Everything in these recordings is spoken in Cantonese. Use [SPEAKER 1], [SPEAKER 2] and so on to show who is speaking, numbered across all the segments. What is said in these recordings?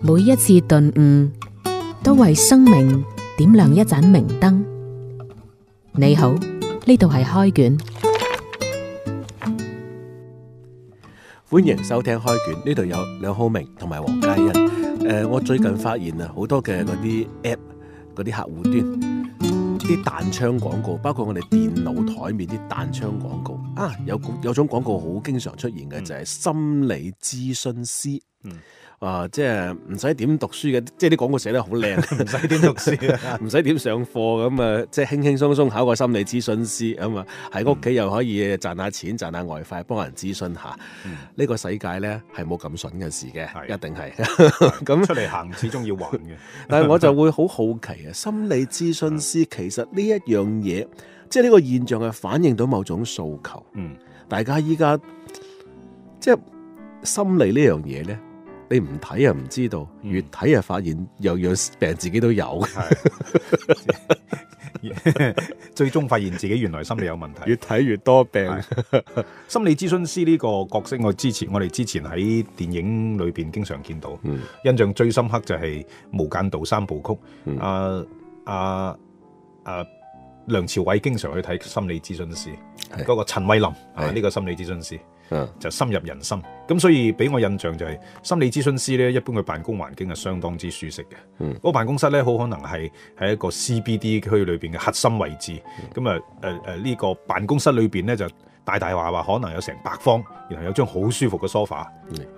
[SPEAKER 1] 每一次頓悟，都為生命點亮一盞明燈。你好，呢度係開卷，
[SPEAKER 2] 歡迎收聽開卷，呢度有梁浩明同埋黃嘉欣。誒、我最近發現啊，好多嘅嗰啲 app 嗰啲客戶端啲彈窗廣告，包括我哋電腦台面啲彈窗廣告啊，有股有種廣告好經常出現嘅，就係、心理諮詢師。
[SPEAKER 3] 嗯
[SPEAKER 2] 啊，即係唔使點讀書嘅，即係啲廣告寫得好靚，，
[SPEAKER 3] 唔使點讀書啊
[SPEAKER 2] 唔使點上課咁啊，即係輕輕鬆鬆考個心理諮詢師咁啊，喺屋企又可以賺下錢、賺下外快，幫人諮詢下。呢個世界呢，係冇咁筍嘅事嘅，
[SPEAKER 3] 係
[SPEAKER 2] 一定係。 咁
[SPEAKER 3] 出嚟行始終要還嘅。
[SPEAKER 2] 但係我就會好好奇啊，心理諮詢師其實呢一樣嘢，即係呢個現象係反映到某種訴求。
[SPEAKER 3] 嗯，
[SPEAKER 2] 大家依家即係心理呢樣嘢呢，你唔睇又唔知道，
[SPEAKER 3] 嗯
[SPEAKER 2] 越睇又發現樣樣病自己都有，
[SPEAKER 3] 係。最終發現自己原來心理有問題。
[SPEAKER 2] 越睇越多病。
[SPEAKER 3] 心理諮詢師呢個角色，我之前我哋之前喺電影裏邊經常見到，
[SPEAKER 2] 嗯
[SPEAKER 3] 印象最深刻就係《無間道》三部曲
[SPEAKER 2] 嗯。
[SPEAKER 3] 啊啊啊！梁朝偉經常去睇心理諮詢師，
[SPEAKER 2] 係
[SPEAKER 3] 嗰個陳慧琳啊，
[SPEAKER 2] 係
[SPEAKER 3] 呢個心理諮詢師。
[SPEAKER 2] 嗯
[SPEAKER 3] 就深入人心。咁所以俾我印象就係、心理諮詢師咧，一般佢辦公環境係相當之舒適嘅。
[SPEAKER 2] 嗯
[SPEAKER 3] 嗰個辦公室咧，好可能係喺一個 CBD 區裏邊嘅核心位置。咁啊誒誒呢個辦公室裏邊咧就大大話話，可能有成百方，然後有張好舒服嘅 sofa，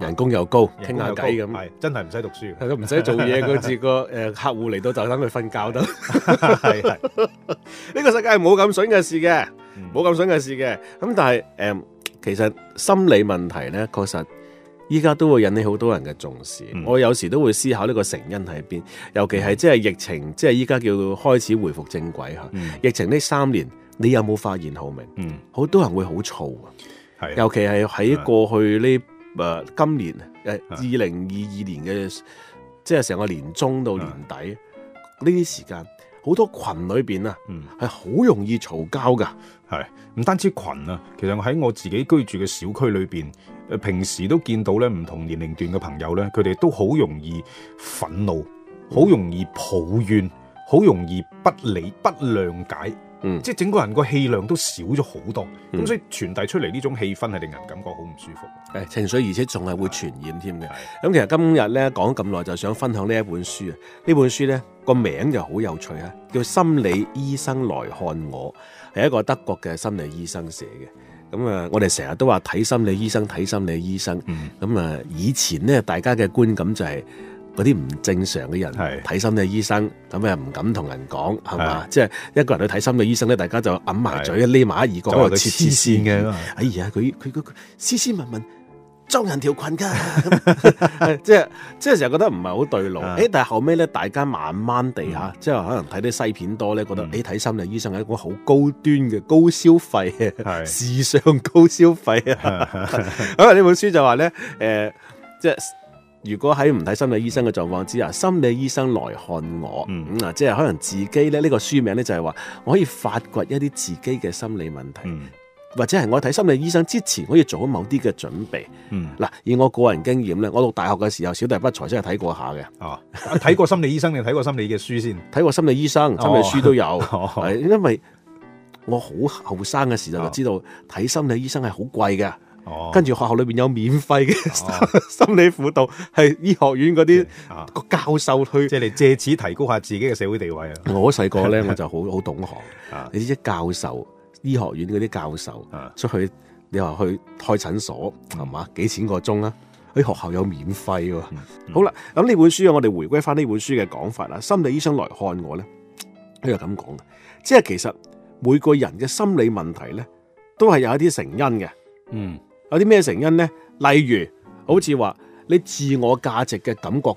[SPEAKER 2] 人工又高，傾下偈咁。
[SPEAKER 3] 係真係唔使讀書嘅。
[SPEAKER 2] 係咯，唔使做嘢，佢自個誒客戶嚟到就等佢瞓覺 得。
[SPEAKER 3] 係係
[SPEAKER 2] 呢個世界係冇咁筍嘅事嘅，
[SPEAKER 3] 嗯
[SPEAKER 2] 冇咁筍嘅事嘅。咁但係誒、嗯其實心理問題呢，確實依家都會引起好多人嘅重視。
[SPEAKER 3] 嗯
[SPEAKER 2] 我有時都會思考呢個成因喺邊，尤其係即係疫情，即係依家叫開始回復正軌嚇。
[SPEAKER 3] 嗯
[SPEAKER 2] 疫情呢三年，你有冇發現浩明？
[SPEAKER 3] 嗯
[SPEAKER 2] 好多人會好燥啊！
[SPEAKER 3] 係
[SPEAKER 2] 尤其係喺過去呢誒、呃今年誒
[SPEAKER 3] 啊
[SPEAKER 2] 二零二二年嘅，即係成個年中到年底呢啲時間，好多群裏邊啊
[SPEAKER 3] 嗯。
[SPEAKER 2] 係好容易嘈交㗎。
[SPEAKER 3] 係唔單止群啊，其實我喺我自己居住嘅小區裏邊，誒平時都見到咧唔同年齡段嘅朋友咧，佢哋都好容易憤怒，好容易抱怨，好容易不理不諒解，
[SPEAKER 2] 嗯
[SPEAKER 3] 即係整個人個氣量都少咗好多，咁、
[SPEAKER 2] 嗯
[SPEAKER 3] 所以傳遞出嚟呢種氣氛係令人感覺好唔舒服。
[SPEAKER 2] 誒情緒，而且仲係會傳染添嘅。
[SPEAKER 3] 係
[SPEAKER 2] 咁其實今日咧講咁耐，就想分享呢一本書啊。呢本書咧個名就好有趣啊，叫《心理醫生來看我》，係一個德國嘅心理醫生寫嘅。咁啊，我哋成日都話睇心理醫生，睇心理醫生。
[SPEAKER 3] 嗯
[SPEAKER 2] 咁啊，以前咧大家嘅觀感就係嗰啲唔正常嘅人
[SPEAKER 3] 係
[SPEAKER 2] 睇心理醫生，咁啊唔敢同人講，係嘛？
[SPEAKER 3] 係
[SPEAKER 2] 即係一個人去睇心理醫生咧，大家就揞埋
[SPEAKER 3] 係
[SPEAKER 2] 嘴，匿埋一耳角，
[SPEAKER 3] 就
[SPEAKER 2] 喺
[SPEAKER 3] 話佢
[SPEAKER 2] 度
[SPEAKER 3] 黐
[SPEAKER 2] 黐
[SPEAKER 3] 線
[SPEAKER 2] 線
[SPEAKER 3] 嘅嘛
[SPEAKER 2] 哎呀，佢佢佢佢斯斯文文。裝人條裙㗎，咁 即係即係成日覺得唔係好對路。
[SPEAKER 3] 啊
[SPEAKER 2] 誒，但係後尾咧，大家慢慢地嚇，即係可能睇啲西片多咧，覺得
[SPEAKER 3] 嗯
[SPEAKER 2] 誒睇心理醫生係一個好高端嘅高消費嘅，
[SPEAKER 3] 係
[SPEAKER 2] 時尚高消費啊。 咁啊呢本書就話咧，誒、即係如果喺唔睇心理醫生嘅狀況之下，心理醫生來看我，
[SPEAKER 3] 嗯
[SPEAKER 2] 咁啊、即係可能自己咧呢、個書名咧就係話，我可以發掘一啲自己嘅心理問題，
[SPEAKER 3] 嗯
[SPEAKER 2] 或者係我睇心理醫生之前可以做好某啲嘅準備。
[SPEAKER 3] 嗯
[SPEAKER 2] 嗱，以我個人經驗咧，我讀大學嘅時候，小弟不才真係睇過下嘅，
[SPEAKER 3] 啊，睇過心理醫生定睇過心理嘅書 先？
[SPEAKER 2] 睇過心理醫生、
[SPEAKER 3] 哦
[SPEAKER 2] 心理書都有，
[SPEAKER 3] 哦
[SPEAKER 2] 係因為我好後生嘅時候就
[SPEAKER 3] 哦
[SPEAKER 2] 知道睇心理醫生係好貴嘅。
[SPEAKER 3] 哦
[SPEAKER 2] 跟住學校裏邊有免費嘅
[SPEAKER 3] 哦
[SPEAKER 2] 心理輔導，係醫學院嗰啲
[SPEAKER 3] 啊，
[SPEAKER 2] 個教授去。
[SPEAKER 3] 即係你借此提高下自己嘅社會地位啊！
[SPEAKER 2] 我細個咧，我就好好懂
[SPEAKER 3] 啊
[SPEAKER 2] 行。你知啲教授，醫學院嗰啲教授
[SPEAKER 3] 啊嗯
[SPEAKER 2] 出去，你話去開診所係嘛？幾錢個鐘啊？喺學校有免費喎。
[SPEAKER 3] 嗯
[SPEAKER 2] 好啦，咁呢本書啊，我哋回歸翻呢本書嘅講法啦。心理醫生來看我咧，佢就咁講嘅，即係其實每個人嘅心理問題咧，都係有一啲成因嘅。
[SPEAKER 3] 嗯
[SPEAKER 2] 有啲咩成因呢？例如，好似話你自我價值嘅感覺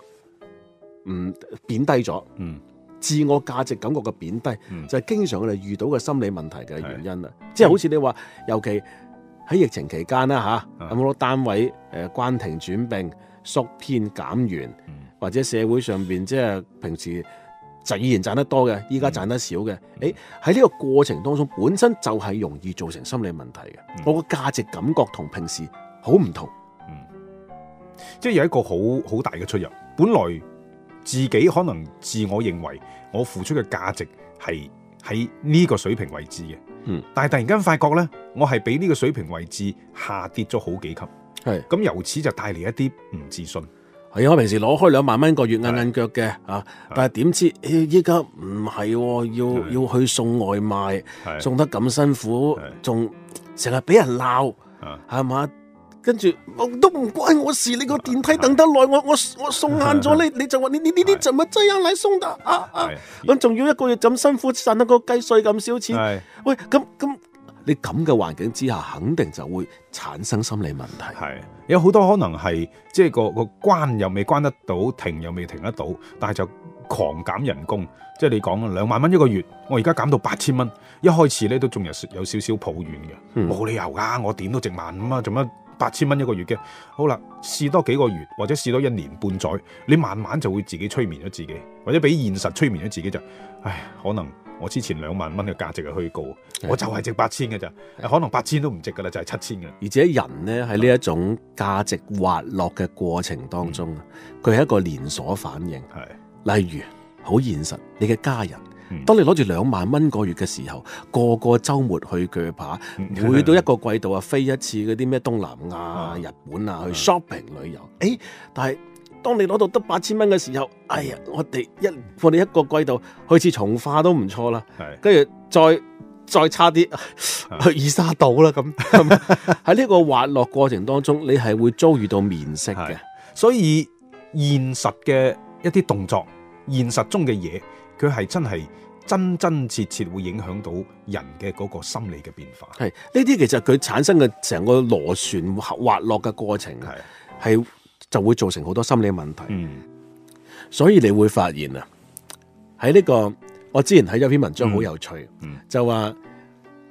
[SPEAKER 2] 唔貶低咗，
[SPEAKER 3] 嗯。
[SPEAKER 2] 自我價值感覺嘅貶低，
[SPEAKER 3] 嗯
[SPEAKER 2] 就係經常我哋遇到嘅心理問題嘅原因啦。即係好似你話，尤其喺疫情期間啦嚇，
[SPEAKER 3] 啊
[SPEAKER 2] 咁好多單位誒、呃關停轉並、縮編減員，
[SPEAKER 3] 嗯
[SPEAKER 2] 或者社會上邊即係平時。就以前賺得多嘅，依
[SPEAKER 3] 嗯
[SPEAKER 2] 家賺得少嘅，誒喺呢個過程當中，本身就係容易造成心理問題嘅。
[SPEAKER 3] 嗯
[SPEAKER 2] 我個價值感覺同平時好唔同。
[SPEAKER 3] 嗯即係有一個好好大嘅出入。本來自己可能自我認為我付出嘅價值係喺呢個水平位置嘅，
[SPEAKER 2] 嗯，
[SPEAKER 3] 但係突然間發覺呢，我係比呢個水平位置下跌咗好幾級，
[SPEAKER 2] 係
[SPEAKER 3] 咁由此就帶嚟一啲唔自信。
[SPEAKER 2] 係啊！我平時攞開兩萬蚊個月硬硬腳嘅啊，但係點知咦依家唔係喎，要
[SPEAKER 3] 係
[SPEAKER 2] 要去送外賣，
[SPEAKER 3] 係
[SPEAKER 2] 送得咁辛苦，
[SPEAKER 3] 係
[SPEAKER 2] 仲成日俾人鬧，
[SPEAKER 3] 啊
[SPEAKER 2] 係嘛？跟住我都唔關我事，你個電梯等得耐，我我我送晏咗你，你就話你你你你怎麼這樣嚟送的啊啊！
[SPEAKER 3] 係
[SPEAKER 2] 咁仲要一個月咁辛苦賺得個雞碎咁少錢，
[SPEAKER 3] 係
[SPEAKER 2] 喂咁咁你咁嘅環境之下，肯定就會產生心理問題。
[SPEAKER 3] 係有好多可能係即係個個關又未關得到，停又未停得到，但係就狂減人工，即係你講啊兩萬蚊一個月，我而家減到八千蚊，一開始咧都仲有少有少少抱怨嘅，
[SPEAKER 2] 嗯
[SPEAKER 3] 冇、理由㗎，我點都值萬五啊，做乜？八千蚊一個月嘅，好啦，試多幾個月或者試多一年半載，你慢慢就會自己催眠咗自己，或者俾現實催眠咗自己就，唉，可能我之前兩萬蚊嘅價值係虛高，我就係值八千嘅咋，可能八千都唔值㗎啦，就係七千嘅。
[SPEAKER 2] 而且人呢，喺
[SPEAKER 3] 啊
[SPEAKER 2] 呢一種價值滑落嘅過程當中，啊
[SPEAKER 3] 嗯
[SPEAKER 2] 佢係一個連鎖反應。
[SPEAKER 3] 係
[SPEAKER 2] 例如，好現實，你嘅家人，
[SPEAKER 3] 嗯
[SPEAKER 2] 當你攞住兩萬蚊個月嘅時候，個個週末去鋸扒，
[SPEAKER 3] 嗯
[SPEAKER 2] 每到一個季度啊，飛一次嗰啲咩東南亞啊
[SPEAKER 3] 啊、
[SPEAKER 2] 日本啊去 shopping 旅遊。誒，但係當你攞到得八千蚊嘅時候，哎呀，我哋一我哋一個季度去次從化都唔錯啦。
[SPEAKER 3] 係
[SPEAKER 2] 跟住再 再差
[SPEAKER 3] 啊
[SPEAKER 2] 啲 去二沙島啦，咁 係咪喺呢個滑落過程當中，你係會遭遇到面色嘅
[SPEAKER 3] 係，所以現實嘅一啲動作，現實中嘅嘢，佢係真係真真切切會影響到人嘅嗰個心理嘅變化。
[SPEAKER 2] 係呢啲其實佢產生嘅成個螺旋滑落嘅過程啊，
[SPEAKER 3] 係，
[SPEAKER 2] 係就會造成好多心理問題，
[SPEAKER 3] 嗯，
[SPEAKER 2] 所以你會發現啊，喺呢個我之前睇咗篇文章好有趣，
[SPEAKER 3] 嗯
[SPEAKER 2] 就話。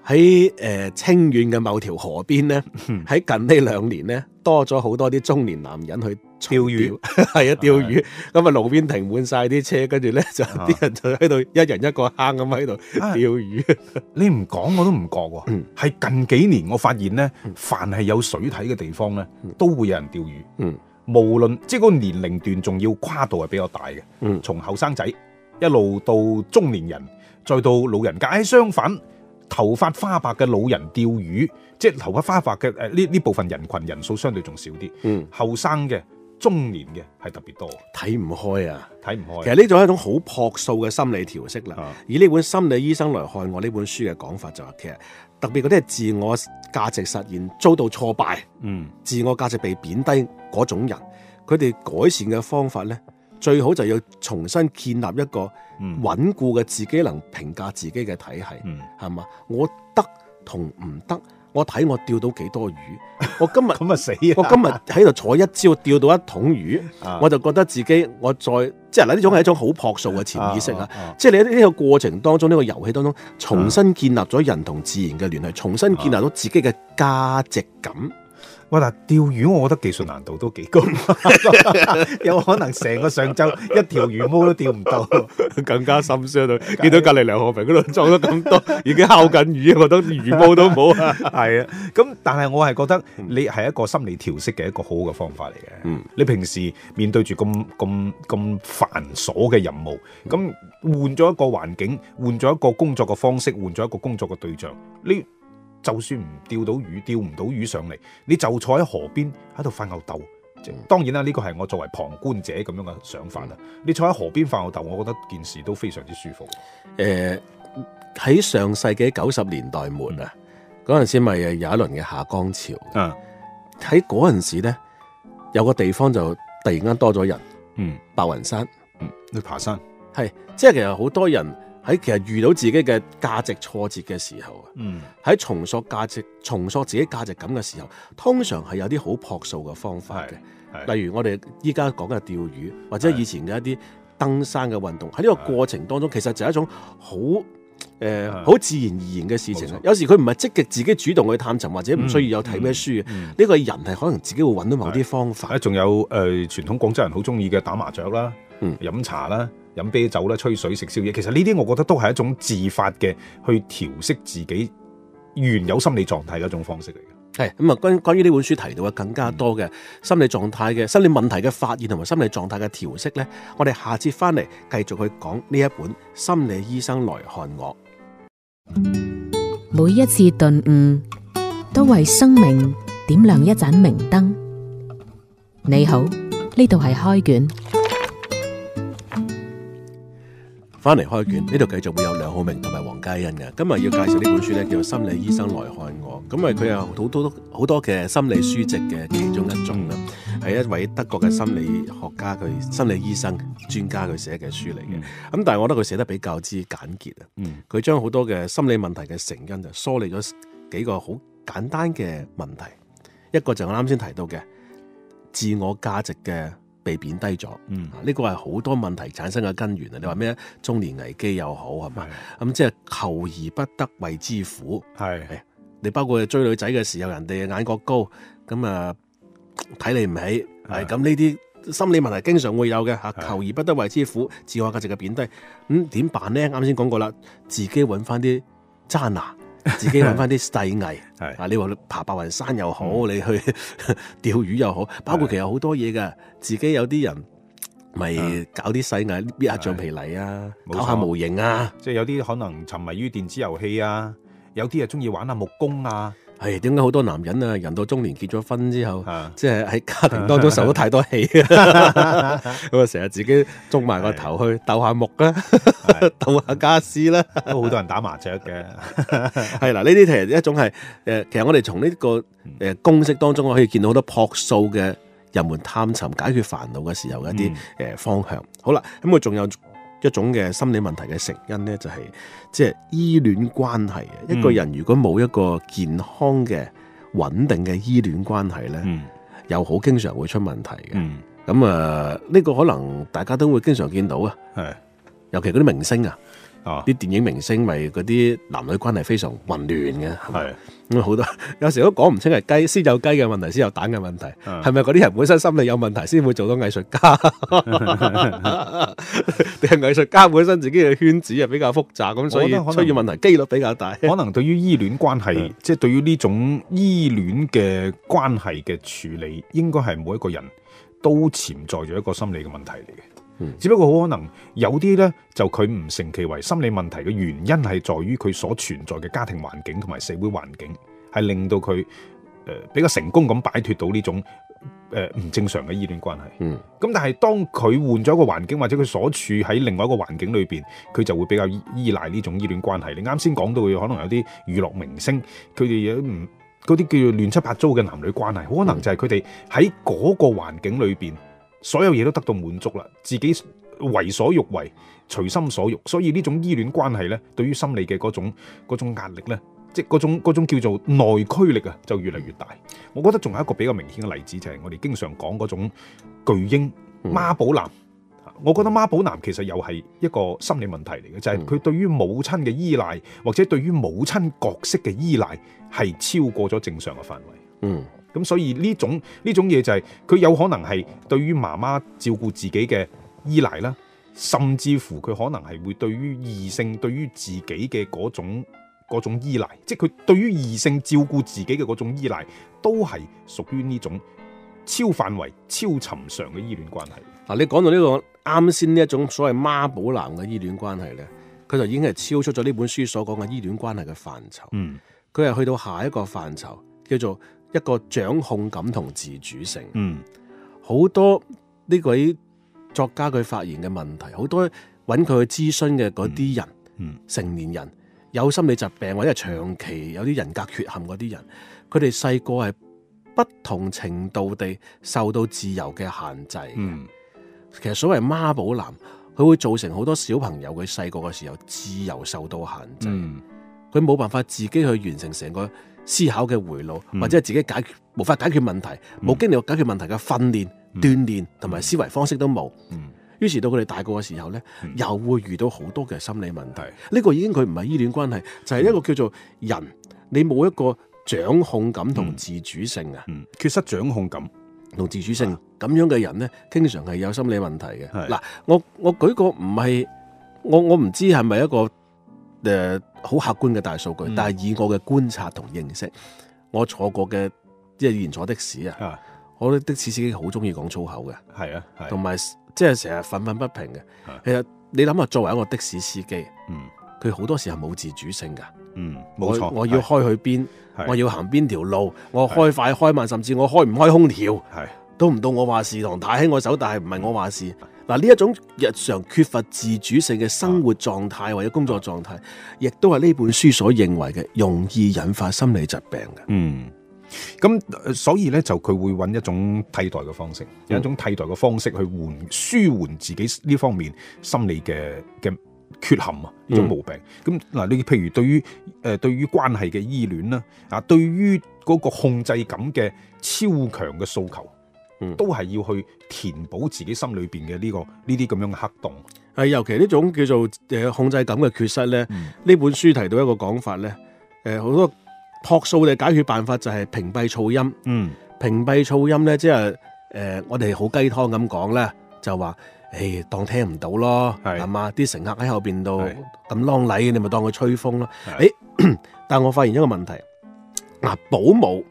[SPEAKER 2] 喺誒、呃清遠嘅某條河邊咧，
[SPEAKER 3] 嗯
[SPEAKER 2] 喺近呢兩年咧，多咗好多啲中年男人去
[SPEAKER 3] 釣 魚
[SPEAKER 2] 係啊，釣魚咁啊，路邊停滿晒啲車，跟住咧就
[SPEAKER 3] 啊
[SPEAKER 2] 啲人就喺度一人一個坑咁喺度
[SPEAKER 3] 啊
[SPEAKER 2] 釣魚。
[SPEAKER 3] 你唔講我都唔覺
[SPEAKER 2] 嗯
[SPEAKER 3] 喎。係、近幾年我發現呢，凡係有水體嘅地方呢，都會有人釣魚。
[SPEAKER 2] 嗯
[SPEAKER 3] 無論即係嗰個年齡段，仲要跨度係比較大嘅。
[SPEAKER 2] 嗯
[SPEAKER 3] 從後生仔一路到中年人，再到老人家。哎相反，頭髮花白嘅老人釣魚，即係頭髮花白嘅誒呢呢部分人群人數相對仲少啲。
[SPEAKER 2] 嗯，
[SPEAKER 3] 後生嘅、中年嘅係特別多，
[SPEAKER 2] 睇唔開啊！
[SPEAKER 3] 睇唔
[SPEAKER 2] 其
[SPEAKER 3] 開。
[SPEAKER 2] 實呢種係一種好樸素嘅心理調適啦
[SPEAKER 3] 啊。
[SPEAKER 2] 以呢本《心理醫生來看我》呢本書嘅講法就係、其實特別嗰啲係自我價值實現遭到挫敗、
[SPEAKER 3] 嗯，
[SPEAKER 2] 自我價值被貶低嗰種人，佢哋改善嘅方法咧，最好就要重新建立一個
[SPEAKER 3] 嗯
[SPEAKER 2] 穩固嘅自己能評價自己嘅體系。
[SPEAKER 3] 嗯，
[SPEAKER 2] 係嘛？我得同唔得，我睇我釣到幾 多魚。我今日
[SPEAKER 3] 咁啊死
[SPEAKER 2] 我
[SPEAKER 3] 啊！
[SPEAKER 2] 今日喺度坐一朝釣到一桶魚，
[SPEAKER 3] 啊
[SPEAKER 2] 我就覺得自己我再即係嗱呢種係一種好樸素嘅潛意識啊
[SPEAKER 3] 啊啊啊！
[SPEAKER 2] 即係你喺呢個過程當中，呢、個遊戲當中，重新建立咗人同自然嘅聯繫，重新建立咗自己嘅價值感。
[SPEAKER 3] 喂，但係釣魚我覺得技術難度都幾高， 有可能成個上晝一條魚毛都釣唔到。
[SPEAKER 2] 更加心傷到，見到隔離梁學平嗰度裝咗咁 多，已經烤緊魚，我都魚毛都冇 啊！
[SPEAKER 3] 係啊，咁但係我係覺得你係一個心理調適嘅一個好好嘅方法嚟嘅。
[SPEAKER 2] 嗯
[SPEAKER 3] 你平時面對住咁咁咁繁瑣嘅任務，咁換咗一個環境，換咗一個工作嘅方式，換咗一個工作嘅對象，你就算唔釣到魚，釣唔到魚上嚟，你就坐喺河邊喺度發吽豆。即係當然啦，呢個係我作為旁觀者咁樣嘅想法啦。你坐喺河邊發吽豆，我覺得件事都非常之舒服。
[SPEAKER 2] 誒呃喺上世紀九十年代末啊，嗰陣時咪有一輪嘅下江潮。
[SPEAKER 3] 啊，
[SPEAKER 2] 喺嗰陣時咧，有個地方就突然間多咗人，
[SPEAKER 3] 嗯
[SPEAKER 2] 白雲山
[SPEAKER 3] 嗯，去爬山，
[SPEAKER 2] 係即係其實好多人喺其實遇到自己嘅價值挫折嘅時候啊，
[SPEAKER 3] 嗯
[SPEAKER 2] 喺重塑價值、重塑自己價值感嘅時候，通常係有啲好樸素嘅方法嘅。
[SPEAKER 3] 係，
[SPEAKER 2] 例如我哋依家講嘅釣魚，或者
[SPEAKER 3] 係
[SPEAKER 2] 以前嘅一啲登山嘅運動，喺呢個
[SPEAKER 3] 係
[SPEAKER 2] 過程當中，其實就係一種好誒
[SPEAKER 3] 係
[SPEAKER 2] 好自然而然嘅事情啊
[SPEAKER 3] 冇錯
[SPEAKER 2] 有時佢唔係積極自己主動去探尋，或者唔需要有睇咩書嘅。
[SPEAKER 3] 嗯。
[SPEAKER 2] 呢個人係可能自己會揾到某啲方法
[SPEAKER 3] 啊，。仲有誒、呃、傳統廣州人好中意嘅打麻雀啦、
[SPEAKER 2] 嗯
[SPEAKER 3] 飲茶啦、飲啤酒啦、吹水食宵夜，其實呢啲我覺得都係一種自發嘅去調適自己原有心理狀態嘅一種方式嚟嘅。
[SPEAKER 2] 係咁啊，關關於呢本書提到嘅更加多
[SPEAKER 3] 嗯
[SPEAKER 2] 嘅心理狀態嘅心理問題嘅發現同埋心理狀態嘅調適呢，我哋下次翻嚟繼續去講呢一本《心理醫生來看我》。
[SPEAKER 1] 每一次頓悟，都為生命點亮一盞明燈。你好，呢度係開卷。
[SPEAKER 2] 翻嚟開卷，呢度繼續會有梁浩明同埋黃嘉欣嘅。今日要介紹呢本書咧，叫做《心理醫生來看我》。咁啊，佢有好多好多嘅心理書籍嘅其中一種啦，係一位德國嘅心理學家，佢心理醫生專家佢寫嘅書嚟嘅。咁、但係我覺得佢寫得比較之簡潔啊。
[SPEAKER 3] 嗯
[SPEAKER 2] 佢將好多嘅心理問題嘅成因就梳理咗幾個好簡單嘅問題。一個就我啱先提到嘅自我價值嘅被貶低咗，
[SPEAKER 3] 嗯
[SPEAKER 2] 啊呢個係好多問題產生嘅根源啊！你話咩中年危機又好係嘛？咁即係求而不得為之苦。
[SPEAKER 3] 係
[SPEAKER 2] 你包括追女仔嘅時候，人哋眼角高，咁啊睇你唔起，係
[SPEAKER 3] 係
[SPEAKER 2] 咁呢啲。心理問題經常會有嘅嚇，
[SPEAKER 3] 係
[SPEAKER 2] 求而不得為之苦，自我價值嘅貶低，咁、點辦呢？啱先講過啦，自己揾翻啲渣拿，自己揾翻啲細藝，
[SPEAKER 3] 係
[SPEAKER 2] 啊！你話你爬白雲山又好，
[SPEAKER 3] 嗯
[SPEAKER 2] 你去 釣魚又好，包括其實好多嘢㗎。自己有啲人咪
[SPEAKER 3] 嗯
[SPEAKER 2] 搞啲細藝，搣下橡皮泥啊，
[SPEAKER 3] 冇錯
[SPEAKER 2] 搞下模型啊。
[SPEAKER 3] 即係有啲可能沉迷於電子遊戲啊，有啲啊中意玩下木工啊，
[SPEAKER 2] 係點解好多男人啊，人到中年結咗婚之後，
[SPEAKER 3] 嚇
[SPEAKER 2] 即係喺家庭當中受咗太多氣，咁啊 成日自己捉埋個頭去鬥下木啦，
[SPEAKER 3] 係
[SPEAKER 2] 鬥下家私啦。
[SPEAKER 3] 都好多人打麻雀嘅，
[SPEAKER 2] 係啦，呢啲其實一種係誒，其實我哋從呢個
[SPEAKER 3] 嗯
[SPEAKER 2] 誒公式當中可以見到好多樸素嘅人們探尋解決煩惱嘅時候嘅一啲誒方向。好啦，咁佢仲有一種嘅心理問題嘅成因咧，就係即係依戀關係啊。一個
[SPEAKER 3] 嗯
[SPEAKER 2] 人如果冇一個健康嘅穩定嘅依戀關係咧，
[SPEAKER 3] 嗯
[SPEAKER 2] 又好經常會出問題嘅。
[SPEAKER 3] 嗯
[SPEAKER 2] 咁啊，呢個可能大家都會經常見到啊，
[SPEAKER 3] 係
[SPEAKER 2] 尤其嗰啲明星啊，
[SPEAKER 3] 啊
[SPEAKER 2] 啲電影明星咪嗰啲男女關係非常混亂嘅，係咪
[SPEAKER 3] 係
[SPEAKER 2] 咁嗯好多有時都講唔清係雞先有雞嘅問題，先有蛋嘅問題，
[SPEAKER 3] 嗯
[SPEAKER 2] 係咪嗰啲人本身心理有問題先會做到藝術 家？定係藝術家本身自己嘅圈子啊比較複雜，咁所以
[SPEAKER 3] 我覺得可能
[SPEAKER 2] 出現問題機率比較大。
[SPEAKER 3] 可能對於依戀關係
[SPEAKER 2] 嗯，
[SPEAKER 3] 即係對於呢種依戀嘅關係嘅處理，應該係每一個人都潛在咗一個心理嘅問題嚟嘅。
[SPEAKER 2] 嗯
[SPEAKER 3] 只不過好可能有啲呢，就佢唔成其為心理問題嘅原因係在於佢所存在嘅家庭環境同埋社會環境，係令到佢誒、呃比較成功咁擺脱到呢種誒唔、正常嘅依戀關係。
[SPEAKER 2] 嗯，
[SPEAKER 3] 咁但係當佢換咗一個環境，或者佢所處喺另外一個環境裏邊，佢就會比較依依賴呢種依戀關係。你啱先講到佢可能有啲娛樂明星，佢哋有唔嗰啲叫做亂七八糟嘅男女關係，好可能就係佢哋喺嗰個環境裏邊，所有嘢都得到滿足啦，自己為所欲為，隨心所欲，所以呢種依戀關係呢，對於心理嘅嗰種嗰種壓力呢。即係嗰種嗰種叫做內驅力啊，就越嚟越大。我覺得仲有一個比較明顯嘅例子，就係、我哋經常講嗰種巨嬰
[SPEAKER 2] 嗯
[SPEAKER 3] 媽寶男。我覺得媽寶男其實又係一個心理問題嚟嘅，就係、佢對於母親嘅依賴，或者對於母親角色嘅依賴係超過咗正常嘅範圍。
[SPEAKER 2] 嗯
[SPEAKER 3] 咁所以呢種呢種嘢就係佢有可能係對於媽媽照顧自己嘅依賴啦，甚至乎佢可能係會對於異性對於自己嘅嗰種嗰種依賴，即係佢對於異性照顧自己嘅嗰種依賴，都係屬於呢種超範圍、超尋常嘅依戀關係。
[SPEAKER 2] 嗱，你講到呢、個啊啱先呢一種所謂媽寶男嘅依戀關係咧，佢就已經係超出咗呢本書所講嘅依戀關係嘅範疇。
[SPEAKER 3] 嗯
[SPEAKER 2] 佢係去到下一個範疇，叫做一個掌控感同自主性。
[SPEAKER 3] 嗯
[SPEAKER 2] 好多呢位作家佢發現嘅問題，好多揾佢去諮詢嘅嗰啲人，
[SPEAKER 3] 嗯
[SPEAKER 2] 成年人有心理疾病或者係長期有啲人格缺陷嗰啲人，佢哋細個係不同程度地受到自由嘅限制。
[SPEAKER 3] 嗯
[SPEAKER 2] 其實所謂媽寶男，佢會造成好多小朋友佢細個嘅時候自由受到限制。
[SPEAKER 3] 嗯
[SPEAKER 2] 佢冇辦法自己去完成成個思考嘅回路，
[SPEAKER 3] 嗯
[SPEAKER 2] 或者係自己解決無法解決問題，冇經歷過解決問題嘅訓練、
[SPEAKER 3] 嗯
[SPEAKER 2] 鍛鍊同埋思維方式都冇。
[SPEAKER 3] 嗯，
[SPEAKER 2] 於是到佢哋大個嘅時候呢，
[SPEAKER 3] 嗯
[SPEAKER 2] 又會遇到好多嘅心理問題。
[SPEAKER 3] 係嗯
[SPEAKER 2] 呢個已經佢唔係依戀關係，就係、一個叫做人，你冇一個掌控感同自主性啊，
[SPEAKER 3] 嗯，缺失掌控感。
[SPEAKER 2] 同自主性咁樣嘅人呢，經常係有心理問題嘅。
[SPEAKER 3] 係
[SPEAKER 2] 嗱，我我舉個唔係我我唔知係呃咪一個誒好、客觀嘅大數據，
[SPEAKER 3] 嗯
[SPEAKER 2] 但係以我嘅觀察同認識，我坐過嘅，即係以前坐的士啊，
[SPEAKER 3] 啊，
[SPEAKER 2] 我啲的士司機好中意講粗口嘅。
[SPEAKER 3] 係啊，係
[SPEAKER 2] 同，埋即係成日憤憤不平嘅
[SPEAKER 3] 係。
[SPEAKER 2] 其實你諗下，作為一個的士司機，
[SPEAKER 3] 嗯
[SPEAKER 2] 佢好多時候冇自主性㗎。
[SPEAKER 3] 嗯，冇錯，
[SPEAKER 2] 我我要
[SPEAKER 3] 係
[SPEAKER 2] 開去邊，
[SPEAKER 3] 係
[SPEAKER 2] 我要行邊條路，我開快開慢，甚至我開唔開空調
[SPEAKER 3] 係
[SPEAKER 2] 都唔到我話事，同太喺我手，但係唔係我話事。嗱呢一種日常缺乏自主性嘅生活狀態或者工作狀態，亦都係呢本書所認為嘅容易引發心理疾病嘅。
[SPEAKER 3] 嗯，咁呃所以咧就佢會揾一種替代嘅方式，有一種替代嘅方式去緩舒緩自己呢方面心理嘅嘅缺陷啊，呢種毛病。咁嗱、你譬如對於誒、呃、對於關係嘅依戀啦，啊，對於嗰個控制感嘅超強嘅訴求。
[SPEAKER 2] 嗯
[SPEAKER 3] 都係要去填補自己心裏邊嘅呢個呢啲咁樣嘅黑洞。
[SPEAKER 2] 係啊尤其呢種叫做誒控制感嘅缺失咧，呢、
[SPEAKER 3] 嗯
[SPEAKER 2] 本書提到一個講法咧，誒好多樸素嘅解決辦法就係屏蔽噪音。
[SPEAKER 3] 嗯，
[SPEAKER 2] 屏蔽噪音咧，即係誒、呃我哋好雞湯咁講咧，就話誒當聽唔到咯，
[SPEAKER 3] 係
[SPEAKER 2] 係嘛？啲乘客喺後邊度
[SPEAKER 3] 係
[SPEAKER 2] 咁啷禮，你咪當佢吹風咯。
[SPEAKER 3] 係
[SPEAKER 2] 誒， 但我發現一個問題，嗱、保姆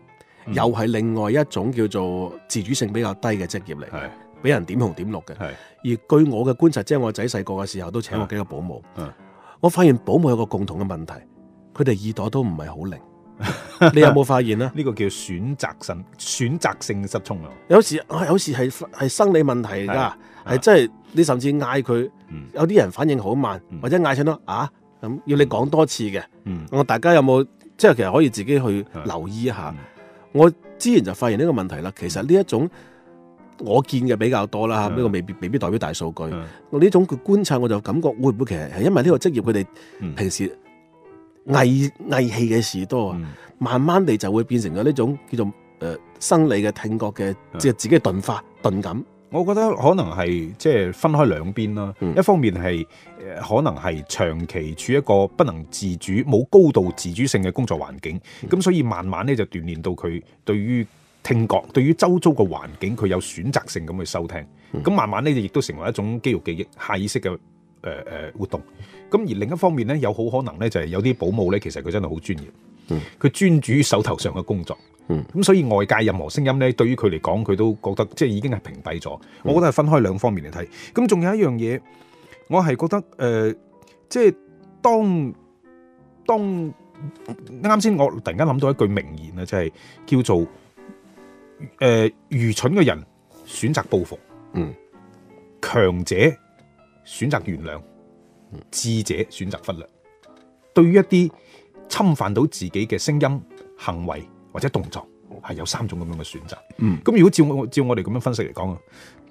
[SPEAKER 3] 嗯
[SPEAKER 2] 又係另外一種叫做自主性比較低嘅職業嚟，
[SPEAKER 3] 係
[SPEAKER 2] 俾人點紅點綠嘅。
[SPEAKER 3] 係
[SPEAKER 2] 而據我嘅觀察，即係我仔細個嘅時候都請過幾個保姆
[SPEAKER 3] 嗯。
[SPEAKER 2] 我發現保姆有個共同嘅問題，佢哋耳朵都唔係好靈。你有冇發現啊呢？
[SPEAKER 3] 呢個叫選擇性選擇性失聰啊。
[SPEAKER 2] 有時啊有時係係生理問題嚟㗎，係真係你甚至嗌佢，
[SPEAKER 3] 嗯
[SPEAKER 2] 有啲人反應好慢
[SPEAKER 3] 嗯，
[SPEAKER 2] 或者嗌親咯啊咁，要你講多次嘅。
[SPEAKER 3] 嗯
[SPEAKER 2] 我大家有冇即係其實可以自己去
[SPEAKER 3] 係
[SPEAKER 2] 留意一下
[SPEAKER 3] 嗯。
[SPEAKER 2] 我之前就發現呢個問題啦，其實呢一種我見嘅比較多啦，
[SPEAKER 3] 嗯
[SPEAKER 2] 呢個未必未必代表大數據。
[SPEAKER 3] 嗯
[SPEAKER 2] 我呢種嘅觀察，我就感覺會唔會其實係因為呢個職業佢
[SPEAKER 3] 嗯
[SPEAKER 2] 哋平時偽偽氣嘅事多啊，
[SPEAKER 3] 嗯
[SPEAKER 2] 慢慢地就會變成咗呢種叫做誒、呃生理嘅聽覺嘅
[SPEAKER 3] 嗯
[SPEAKER 2] 即係自己嘅鈍化鈍感。
[SPEAKER 3] 我覺得可能係即係分開兩邊啦，
[SPEAKER 2] 嗯
[SPEAKER 3] 一方面係呃可能係長期處於一個不能自主、冇高度自主性嘅工作環境，
[SPEAKER 2] 嗯
[SPEAKER 3] 咁、所以慢慢咧就鍛鍊到佢對於聽覺、對於周遭嘅環境，佢有選擇性咁去收聽，
[SPEAKER 2] 嗯
[SPEAKER 3] 咁、慢慢咧亦都成為一種肌肉記憶、下意識嘅。誒誒、呃活動，咁而另一方面咧，有好可能咧就係、有啲保姆咧，其實佢真係好專業，
[SPEAKER 2] 嗯
[SPEAKER 3] 佢、專注於手頭上嘅工作，咁所以外界任何聲音咧，對於佢嚟講，佢都覺得即係已經係屏蔽咗。
[SPEAKER 2] 嗯
[SPEAKER 3] 我覺得係分開兩方面嚟睇。咁仲有一樣嘢，我係覺得誒、呃即係當當啱先，我突然間諗到一句名言啊，就係、叫做誒、呃愚蠢嘅人選擇報復，
[SPEAKER 2] 嗯，
[SPEAKER 3] 強者選擇原諒，
[SPEAKER 2] 嗯
[SPEAKER 3] 智者選擇忽略。對於一啲侵犯到自己嘅聲音、行為或者動作，係有三種咁樣嘅選擇。
[SPEAKER 2] 嗯
[SPEAKER 3] 咁如果照我照我哋咁樣分析嚟講啊，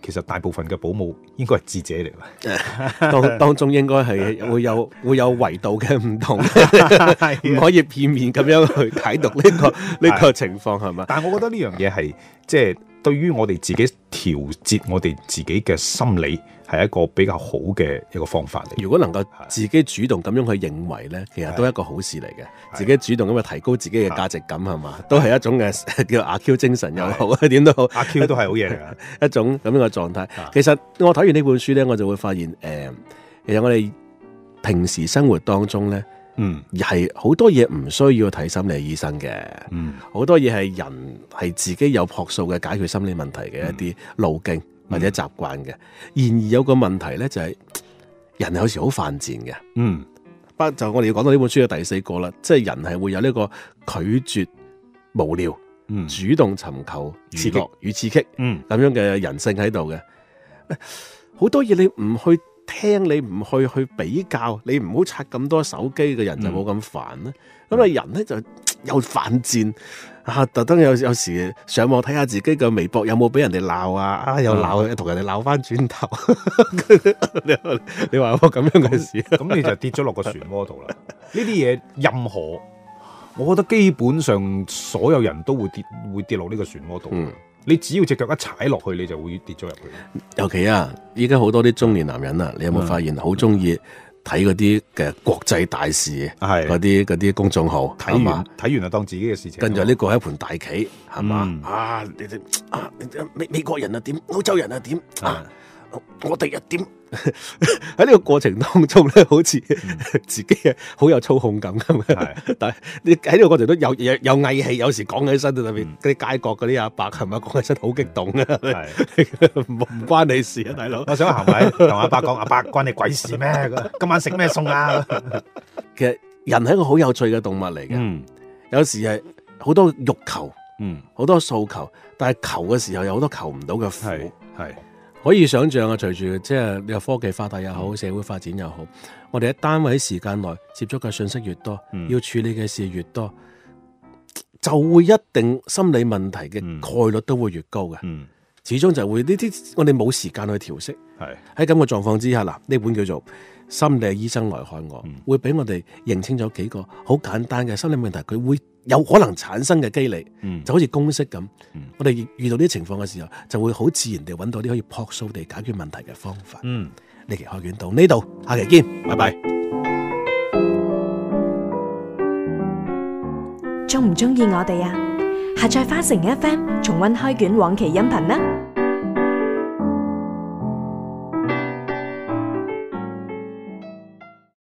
[SPEAKER 3] 其實大部分嘅保姆應該係智者 嚟啦。
[SPEAKER 2] 當當中應該係會有會有維度嘅唔同，唔
[SPEAKER 3] 唔可
[SPEAKER 2] 可以片面咁樣去解讀呢、個呢、個情況係咪？
[SPEAKER 3] 但係我覺得呢樣嘢係即係對於我哋自己調節我哋自己嘅心理係一個比較好嘅一個方法 嚟。
[SPEAKER 2] 如果能夠自己主動咁樣去認為呢，其實都係一個好事嚟嘅。自己主動咁去提高自己嘅價值感係嘛，都係一種嘅 叫阿 Q 精神又好，點都好
[SPEAKER 3] 阿 Q 都係好嘢嚟㗎。
[SPEAKER 2] 一種咁樣嘅狀態
[SPEAKER 3] 啊。
[SPEAKER 2] 其實我睇完呢本書呢，我就會發現誒、呃其實我哋平時生活當中呢，
[SPEAKER 3] 嗯
[SPEAKER 2] 係好多嘢唔需要睇心理醫生嘅。
[SPEAKER 3] 嗯
[SPEAKER 2] 好多嘢係人係自己有樸素嘅解決心理問題嘅一啲路徑或者習慣嘅。然而有個問題呢，就係、嗯人有時好犯賤嘅。
[SPEAKER 3] 嗯
[SPEAKER 2] 不就我哋要講到呢本書嘅第四個啦，即係人係會有呢個拒絕無聊、
[SPEAKER 3] 嗯
[SPEAKER 2] 主動尋求
[SPEAKER 3] 刺
[SPEAKER 2] 娛
[SPEAKER 3] 激
[SPEAKER 2] 樂與刺激
[SPEAKER 3] 嗯
[SPEAKER 2] 咁樣嘅人性喺度嘅。好多嘢你唔去聽，你唔去去比較，你唔好刷咁多手機嘅人就冇咁煩啦。咁啊、人咧就又犯賤啊，特登有有時上網睇下自己嘅微博有冇俾人哋鬧啊，啊又鬧同人哋鬧翻轉頭。 你你話有冇咁樣嘅事？啊
[SPEAKER 3] 咁你就跌咗落個漩渦度啦。呢啲嘢任何，我覺得基本上所有人都會跌會跌落呢個漩渦度。
[SPEAKER 2] 嗯
[SPEAKER 3] 你只要隻腳一踩落去，你就會跌咗 入去。
[SPEAKER 2] 尤其啊，依家好多啲中年男人啊，你有冇發現好中意睇嗰啲嘅國際大事嗰
[SPEAKER 3] 係
[SPEAKER 2] 啲嗰啲公眾號係
[SPEAKER 3] 睇
[SPEAKER 2] 嘛
[SPEAKER 3] 完？睇完就當自己嘅事情。
[SPEAKER 2] 跟住呢個係一盤大棋係嘛
[SPEAKER 3] 嗯？
[SPEAKER 2] 啊，你哋啊，你哋美美國人啊點，歐洲人啊點啊？我第一點 喺呢個過程當中咧，好似 自己係好有操控感咁嘅。
[SPEAKER 3] 係
[SPEAKER 2] 嗯 但係你喺呢個過程都有有有毅氣，有時講起身特別嗰啲街角嗰啲阿伯係咪講起身好激動啊？
[SPEAKER 3] 係，
[SPEAKER 2] 唔唔關你事啊，大佬。
[SPEAKER 3] 我想行埋同阿伯講，阿伯關你鬼事 咩？今晚食咩餸啊？
[SPEAKER 2] 其實人係一個好有趣嘅動物嚟嘅，
[SPEAKER 3] 嗯
[SPEAKER 2] 有時係好多欲求，
[SPEAKER 3] 嗯，
[SPEAKER 2] 好多訴求，但係求嘅時候有好多求唔到嘅苦
[SPEAKER 3] 係。係
[SPEAKER 2] 可以想象啊，隨住即係你話科技發達又
[SPEAKER 3] 嗯
[SPEAKER 2] 好，社會發展又好，我哋喺單位時間內接觸嘅信息越多，
[SPEAKER 3] 嗯
[SPEAKER 2] 要處理嘅事越多，就會一定心理問題嘅
[SPEAKER 3] 嗯
[SPEAKER 2] 概率都會越高嘅。
[SPEAKER 3] 嗯
[SPEAKER 2] 始終就會呢啲我哋冇時間去調適。
[SPEAKER 3] 係
[SPEAKER 2] 喺咁嘅狀況之下，嗱呢本叫做《心理醫生來看我》
[SPEAKER 3] 嗯
[SPEAKER 2] 會俾我哋認清咗幾個好簡單嘅心理問題，佢會有可能產生嘅機理。
[SPEAKER 3] 嗯
[SPEAKER 2] 就好似公式咁
[SPEAKER 3] 嗯，
[SPEAKER 2] 我哋遇到呢啲情況嘅時候，就會好自然地揾到啲可以樸素地解決問題嘅方法。
[SPEAKER 3] 嗯。
[SPEAKER 2] 呢期開卷到呢度，下期見，拜拜。
[SPEAKER 4] 中唔中意我哋啊？下載花城 FM 重溫開卷往期音頻啦！